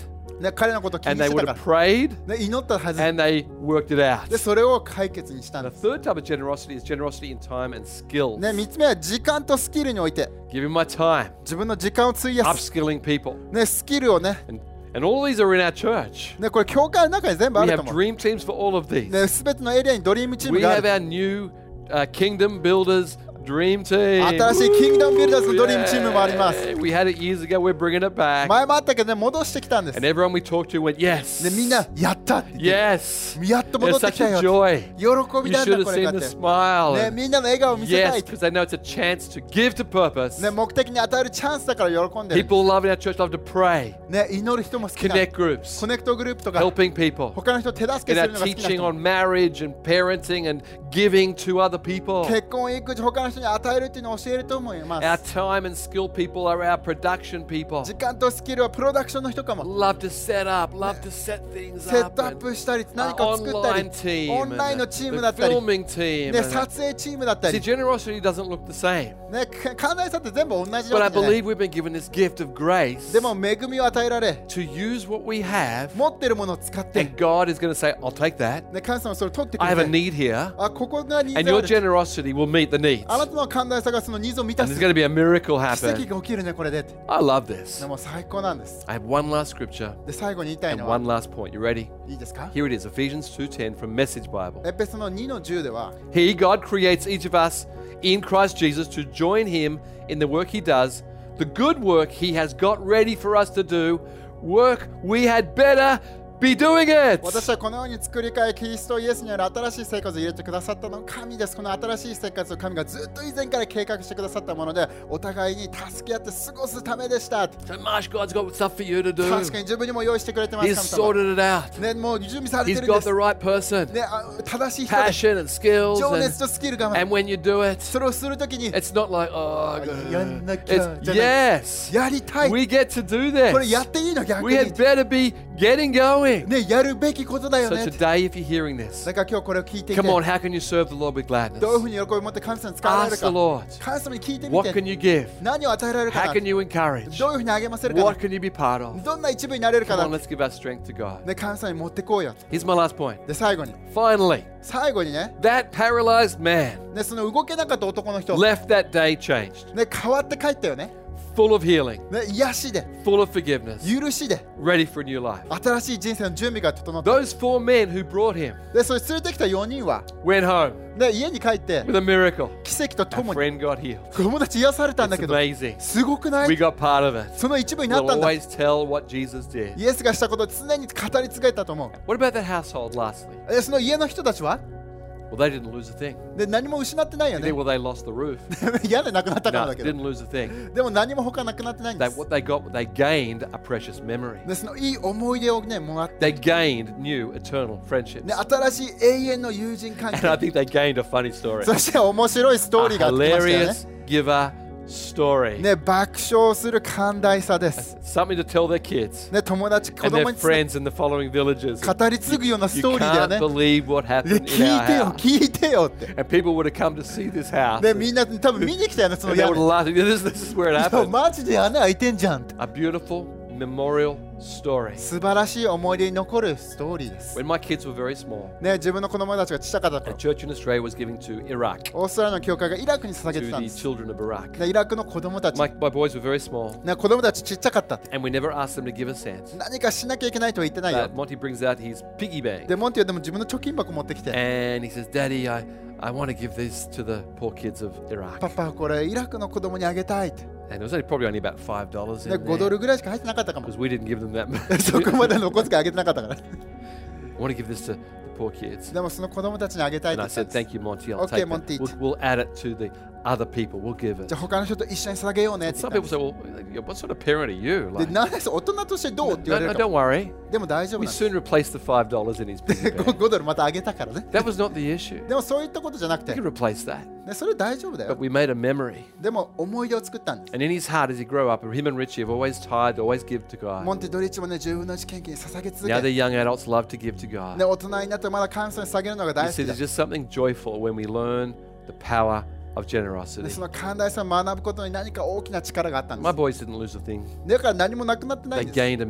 S4: 彼のことを気に
S3: and
S4: し
S3: they
S4: てた
S3: would
S4: か
S3: have prayed
S4: ら、ね、祈ったはず
S3: and they worked it out.
S4: でそれを解決にしたん
S3: The
S4: です、
S3: third type of generosity is generosity in time and skills.
S4: ね、三つ目は時間とスキルにおいて
S3: Giving my time,
S4: 自分の時間を費やす、
S3: upskilling people.
S4: ね、スキルをね
S3: And, and all these are in our church.
S4: ね、これ教会の中に全部あ
S3: We
S4: ると
S3: have
S4: 思う。
S3: dream teams for all of these.
S4: ね、すべてのエリアにドリームチーム
S3: We
S4: があ
S3: have
S4: る。
S3: our new uh, Kingdom Builders Dream Team.
S4: 新しい Kingdom Builders のドリームチームもあります。
S3: Yay. We had it years ago. We're bringing it back.
S4: 前もあったけどね、戻してきたんです。
S3: And
S4: ね、
S3: everyone we talked to went, yes.
S4: みんな、やったって言って
S3: yes.
S4: やっと
S3: It's
S4: 戻ってき
S3: such
S4: た
S3: a
S4: よ。
S3: joy.
S4: 喜び
S3: You
S4: なん
S3: should
S4: だ、
S3: have
S4: これ
S3: seen
S4: がっ
S3: the
S4: て。
S3: smile.
S4: ね、
S3: And
S4: みんなの笑顔を見せた
S3: yes,
S4: いって。
S3: because they know it's a chance to give to purpose.
S4: ね、目的に与えるチャンスだから喜んでる。
S3: People love in our church love to pray,
S4: ね、祈る人も好きな。
S3: connect
S4: コ
S3: groups,
S4: ネクトグループとか、
S3: helping people.
S4: 他の人を手助
S3: In
S4: けす
S3: our
S4: るのが好きな
S3: teaching
S4: 人。
S3: on marriage and parenting and giving to other people.
S4: 結婚、育児、他の人人に与えるというのを教えると思いま
S3: Our
S4: す。
S3: time and skill people are our production people.
S4: 時間とスキルはプロダクションの人かも。
S3: Love to set up, love to set things
S4: セッ
S3: up.
S4: トアッ
S3: and
S4: プしたり、何
S3: our
S4: かを作ったり
S3: online、team,
S4: オンライン
S3: and
S4: の
S3: the
S4: チームだったり、
S3: filming team.
S4: ね、
S3: and the-
S4: 撮影チームだった
S3: See,
S4: り、ね、
S3: generosity doesn't look the same,
S4: 考えさって全部同じだ
S3: but I
S4: けじゃない
S3: believe we've been given this gift of grace
S4: でも恵みを与えられ、
S3: to use what we have,
S4: 持ってるものを使って、
S3: and
S4: ね、
S3: God is going to say, "I'll take that.
S4: 神様はそれを取ってく
S3: I have a
S4: れて、
S3: need here,
S4: あここがニー
S3: and
S4: ズが
S3: your
S4: ある
S3: generosity will meet the needs."
S4: あな
S3: And
S4: たの寛大さがそのニーズを満たす
S3: there's
S4: 奇
S3: going to be a miracle
S4: 跡
S3: happen.
S4: が起きるね、これで。で
S3: I love this.
S4: も最高なんです。
S3: I have one last scripture
S4: で、最後に言いたい
S3: and
S4: のは
S3: one、last point. You ready?
S4: いいですか
S3: Here it is, Ephesians 2:10 from Message Bible.
S4: エペソの2の10では、
S3: He, God, creates each of us in Christ Jesus to join Him in the work He does, the good work He has got ready for us to do, work we had better be doing it.
S4: 私はこのように作り変え、キリストイエスによる新しい生活を入れてくださったの神です。この新しい生活を神がずっと以前から計画してくださったもので、お互いに助け合って過ごすためでした。
S3: So much God's got stuff for you to do.
S4: 確かに自分にも用意してくれてます。
S3: He's
S4: 神様
S3: sorted it out.
S4: ね、もう準備され
S3: He's
S4: てるんで
S3: got
S4: す
S3: the。right person,
S4: ね、あ正しい人です。
S3: passion and skills,
S4: 情熱と
S3: and,
S4: スキルが
S3: and when you do it,
S4: それをするときに
S3: it's not like oh, God.
S4: やんなきゃ
S3: it's
S4: じゃない
S3: yes,
S4: やりたい
S3: we get to do
S4: これやっ
S3: this.
S4: ていいの逆
S3: We
S4: に
S3: had better be getting going.
S4: ねやるべきことだよ
S3: So
S4: ね
S3: today, if you're hearing this,
S4: だから今日これを聞いていて
S3: Come on,
S4: ど
S3: how can you serve the Lord with
S4: ういうふ
S3: gladness?
S4: うに喜びを持って神様に使われ
S3: Ask
S4: る
S3: the
S4: か
S3: Lord.
S4: 神様に聞いて
S3: What
S4: み
S3: can you
S4: て
S3: give?
S4: 何を与えられるか
S3: How
S4: な
S3: can
S4: ど
S3: you encourage?
S4: ういうふうに励ませるか
S3: What
S4: な
S3: can you be part of?
S4: どんな一部になれるか
S3: Come on,
S4: な
S3: let's give our strength to God.
S4: ね神様に持ってこうよ
S3: Here's my last point.
S4: で最後に
S3: Finally,
S4: 最後にね
S3: that paralyzed man
S4: ねその動けなかった男の人
S3: left that day changed,
S4: ね変わって帰ったよね
S3: full of healing,
S4: ね癒しで
S3: full of forgiveness,
S4: 許しで
S3: ready for a new life.
S4: 新しい人生の準備が整った
S3: Those four men who brought him
S4: でそれ連れてきた4人は
S3: went home
S4: ね家に帰って
S3: with a miracle.
S4: 奇跡とと
S3: Our
S4: もに
S3: friend got healed.
S4: 友達癒されたんだ
S3: It's
S4: けど
S3: amazing.
S4: すごくな
S3: We
S4: い
S3: got part of it.
S4: その一部になっ
S3: We'll
S4: たんだ。
S3: always tell what Jesus did.
S4: イエスがしたことを常に語り継げたと思う。
S3: What about that household, lastly?
S4: えその家の人たちは、
S3: Well, they didn't lose a thing.
S4: で何も失ってないよ
S3: You
S4: ね *laughs*
S3: think,。well, they lost the roof.
S4: 嫌でなくなったから
S3: No,
S4: だけど。
S3: didn't lose a thing.
S4: でも何も他なくなってないん
S3: They,
S4: です。
S3: what they got, they gained a precious memory.
S4: でそのいい思い出をね、もらって、
S3: They gained new eternal friendships.
S4: ね、新しい永遠の友人関
S3: *laughs* And I
S4: 係。
S3: think they gained a funny story.
S4: そして面白いストー
S3: A
S4: リーがあってきましたよね
S3: hilarious giver story.
S4: ね。爆笑する寛大さです。
S3: Something to tell their kids
S4: ね、友達、子
S3: and their
S4: 供につね
S3: friends in the following villages.
S4: 語り継ぐようなス
S3: You
S4: トーリーだよ
S3: can't
S4: ね。
S3: believe what
S4: で
S3: happened
S4: 聞
S3: in our
S4: いてよ、
S3: house.
S4: 聞いてよって。
S3: And people would have come to see this house.
S4: で、
S3: And
S4: みんな多分見に来たよね、その
S3: they
S4: 家
S3: would
S4: に。
S3: laugh. This, this is where it
S4: そう
S3: happened.
S4: マジで穴開いてんじゃんって。
S3: A beautiful memorial story.
S4: 素晴らしい思い出に残るストーリーです。
S3: When my kids were very small,
S4: ね、自分の子供たちが小さかった
S3: a
S4: 頃、
S3: church in Australia was giving to Iraq,
S4: オーストラリアの教会がイラクに捧げ
S3: to
S4: てたん
S3: the
S4: です。
S3: children of Iraq.
S4: ね、イラクの子供たち、
S3: My,
S4: ね、
S3: my boys were very small,
S4: 子供たちちっちゃかったって。
S3: and we never asked them to give a cent.
S4: 何かしなきゃいけないとは言ってないよ
S3: But。Monty brings out his piggy bank,
S4: で、モンティはでも自分の貯金箱持ってきて、
S3: and he says, "Daddy, I, I want to give this to the poor kids of Iraq."
S4: パパ、これイラクの子供にあげたいって。ね、
S3: And it was only probably only about five dollars in
S4: 5ド
S3: there
S4: ルぐらいしか入ってなかったかも *laughs*
S3: because。we didn't give them that
S4: そこま
S3: much.
S4: でのお小遣いあげてなかったから。
S3: I *laughs* want to give this to the poor kids.
S4: でもその子供たちにあげたいっ
S3: And
S4: て
S3: I
S4: 言ったん
S3: said,
S4: で
S3: "Thank
S4: す
S3: you, Monty. I'll
S4: Okay,
S3: take
S4: Monty.
S3: it. We'll, we'll add it to the other people. We'll give
S4: じ
S3: it."
S4: ゃあ他の人と一緒に捧げようねって
S3: Some
S4: 言
S3: people
S4: った
S3: say, "Well, what sort of parent are you?"
S4: の。
S3: Like,
S4: で、なんです大人としてどう
S3: no,
S4: って言われ
S3: no,
S4: るか
S3: don't
S4: も。
S3: worry.
S4: でも大丈夫
S3: We
S4: なんです。
S3: soon replaced the five dollars in his piggy
S4: 5 *laughs*
S3: bank.
S4: ドルまたあげたからね。
S3: That was not the issue.
S4: でもそういったことじゃなく
S3: We
S4: て、
S3: could replace that.
S4: ね、それ大丈夫だ
S3: But
S4: よ。
S3: we made a memory.
S4: でも思い出を作ったんです。
S3: And in his heart, as he grew up, him and Richie have always tithed, always give to
S4: モ
S3: God.
S4: ンテドリッチもね、10分の1献金捧げ続
S3: Now
S4: け
S3: the
S4: て、
S3: young adults love to give to God.
S4: ね、大人になってまだ感謝に下げるのが
S3: He
S4: 大好
S3: said
S4: きだ
S3: there's。just something joyful when we learn the power of
S4: ね、
S3: generosity.
S4: その寛大さを学ぶことに何か大きな力があったんで
S3: My
S4: す。
S3: boys didn't lose a thing.
S4: だから何もなくなってな
S3: They
S4: いんです。
S3: gained a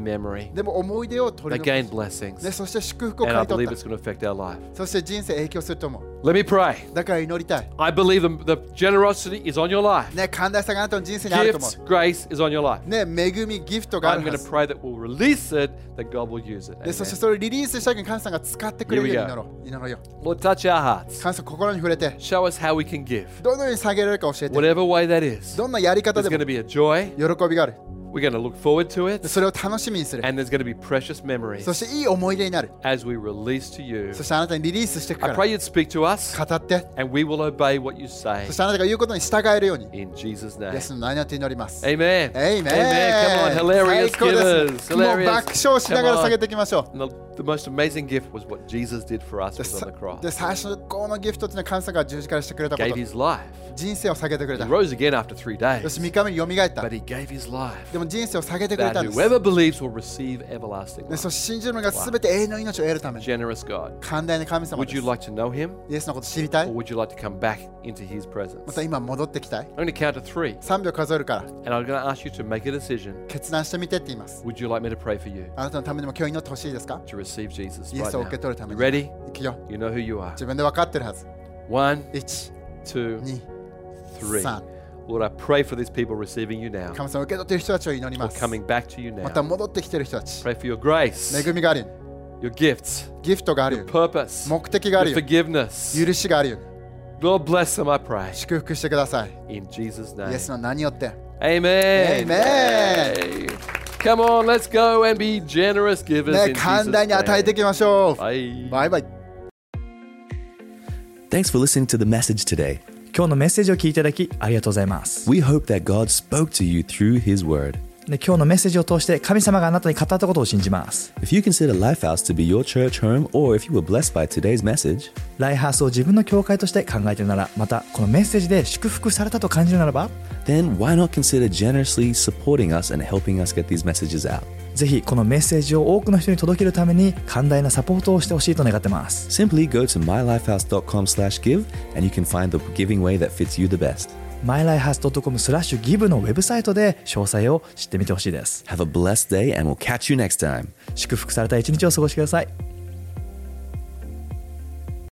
S3: memory.
S4: でも思い出を取
S3: They
S4: り残
S3: gained
S4: す。ね、
S3: blessings.
S4: そして祝福を
S3: And
S4: 買
S3: I
S4: い取
S3: believe
S4: っ
S3: it's
S4: た。
S3: going to affect our life.
S4: そして人生影響すると思う。
S3: Let me pray.
S4: だから祈りたい。
S3: I believe the, the generosity is on your life.
S4: ね、寛大さがあなたの人生にあると思
S3: Gifts, grace is on your life.
S4: う。ね、恵み、ギフトがあ
S3: I'm
S4: るは
S3: going to
S4: ず。
S3: pray that we'll release it, that God will use it.
S4: で、そして
S3: Amen.
S4: それをリリースした時に神様が使ってくれるよう
S3: Here
S4: に祈
S3: we
S4: ろう。祈ろうよ。
S3: Lord, touch our hearts.
S4: 神様心に触れて、
S3: Show us how we can give.
S4: どのように下げられるか教えて。
S3: Whatever way that is,
S4: どんなやり方
S3: there's
S4: で
S3: going
S4: も
S3: to be a joy.
S4: 喜びがある。
S3: We're going to look forward to
S4: で
S3: it.
S4: それを楽しみにする。
S3: And there's going to be precious
S4: そ
S3: memories
S4: していい思い出になる。
S3: as we release to you.
S4: そしてあなたにリリースしていくか
S3: I
S4: ら
S3: pray you'd speak to us
S4: 語って、
S3: and we will obey what you say
S4: そしてあなたが言うことに従えるように、
S3: in Jesus'
S4: イ
S3: name.
S4: エスの名によって祈ります。
S3: Amen.
S4: Amen.
S3: Come on, hilarious
S4: 最高です
S3: givers.
S4: もう爆笑
S3: Hilarious.
S4: しながら下げ
S3: Come
S4: ていきましょう。
S3: on. And the the most amazing gift was what Jesus did for us
S4: で
S3: was
S4: さ
S3: on the cross.
S4: で最初このギフトっていうのは神様が十字架でしてくれたこ
S3: Gave
S4: と
S3: his life.
S4: 人生を下げてくれ
S3: He
S4: た
S3: rose again after three
S4: よし
S3: days.
S4: 3日目によみがえったで
S3: But he gave his life
S4: も人生を下げてくれ
S3: that
S4: たんです
S3: whoever believes will receive everlasting
S4: で
S3: life.
S4: そして信じるのが全て永遠の命を得るために
S3: Generous God.
S4: 寛大な神様
S3: Would
S4: です
S3: you like to know him
S4: イエスのこと知りた
S3: or
S4: い
S3: would you like to come back into his
S4: ま
S3: presence?
S4: た
S3: I'm
S4: 今戻ってきたい
S3: going to count to three
S4: 3秒数えるから
S3: and I'm going to ask you to make a decision.
S4: 決断してみてって言います
S3: Would you like me to pray for you
S4: あなたのためにも今日祈ってほしいですか
S3: to receive Jesus
S4: イエ
S3: right
S4: スを受け
S3: now?
S4: 取るため
S3: You
S4: に
S3: ready?
S4: いくよ
S3: You know who you are.
S4: 自分で分かってるはず
S3: One,
S4: 1
S3: two,
S4: 2
S3: three.
S4: 3
S3: Lord, I pray for these people receiving you now
S4: 神様受け取っている人たちを祈り
S3: or
S4: ます
S3: coming back to you
S4: また
S3: now.
S4: 戻ってきている人たち
S3: Pray for your grace,
S4: 恵みがあるよ
S3: your gifts,
S4: ギフトがある
S3: your
S4: よ
S3: purpose,
S4: 目的があ
S3: your
S4: るよ
S3: forgiveness.
S4: 許しがあるよ
S3: Lord, bless them, I pray.
S4: 祝福してください
S3: In Jesus'
S4: イエ
S3: name.
S4: スの名によって
S3: Amen.
S4: Amen.
S3: Yay. Come on, let's go and be generous givers.
S4: ね
S3: in
S4: 寛大に与え
S3: Jesus
S4: ていきましょ
S3: name. Bye.
S4: うバイバイ
S1: Thanks for listening to the message today.
S2: 今日のメッセージを聞いていただきありがとうございます。
S1: We hope that God spoke to you through His Word.
S2: で今日のメッセージを通して神様があなたに語ったことを信じます。
S1: If you consider Lifehouse to be your church home, or if you were blessed by today's message,
S2: ライハースを自分の教会として考えているなら、またこのメッセージで祝福されたと感じるならば、
S1: then why not consider generously supporting us and helping us get these messages out?
S2: ぜひこのメッセージを多くの人に届けるために寛大なサポートをしてほしいと願ってます。
S1: Simply go to mylifehouse.com/give and you can find the giving way that fits you the best.
S2: mylifehouse.com スラッシュギブのウェブサイトで詳細を知ってみてほしいです。
S1: Have a blessed day and we'll catch you next time.
S2: 祝福された一日を過ごしてください。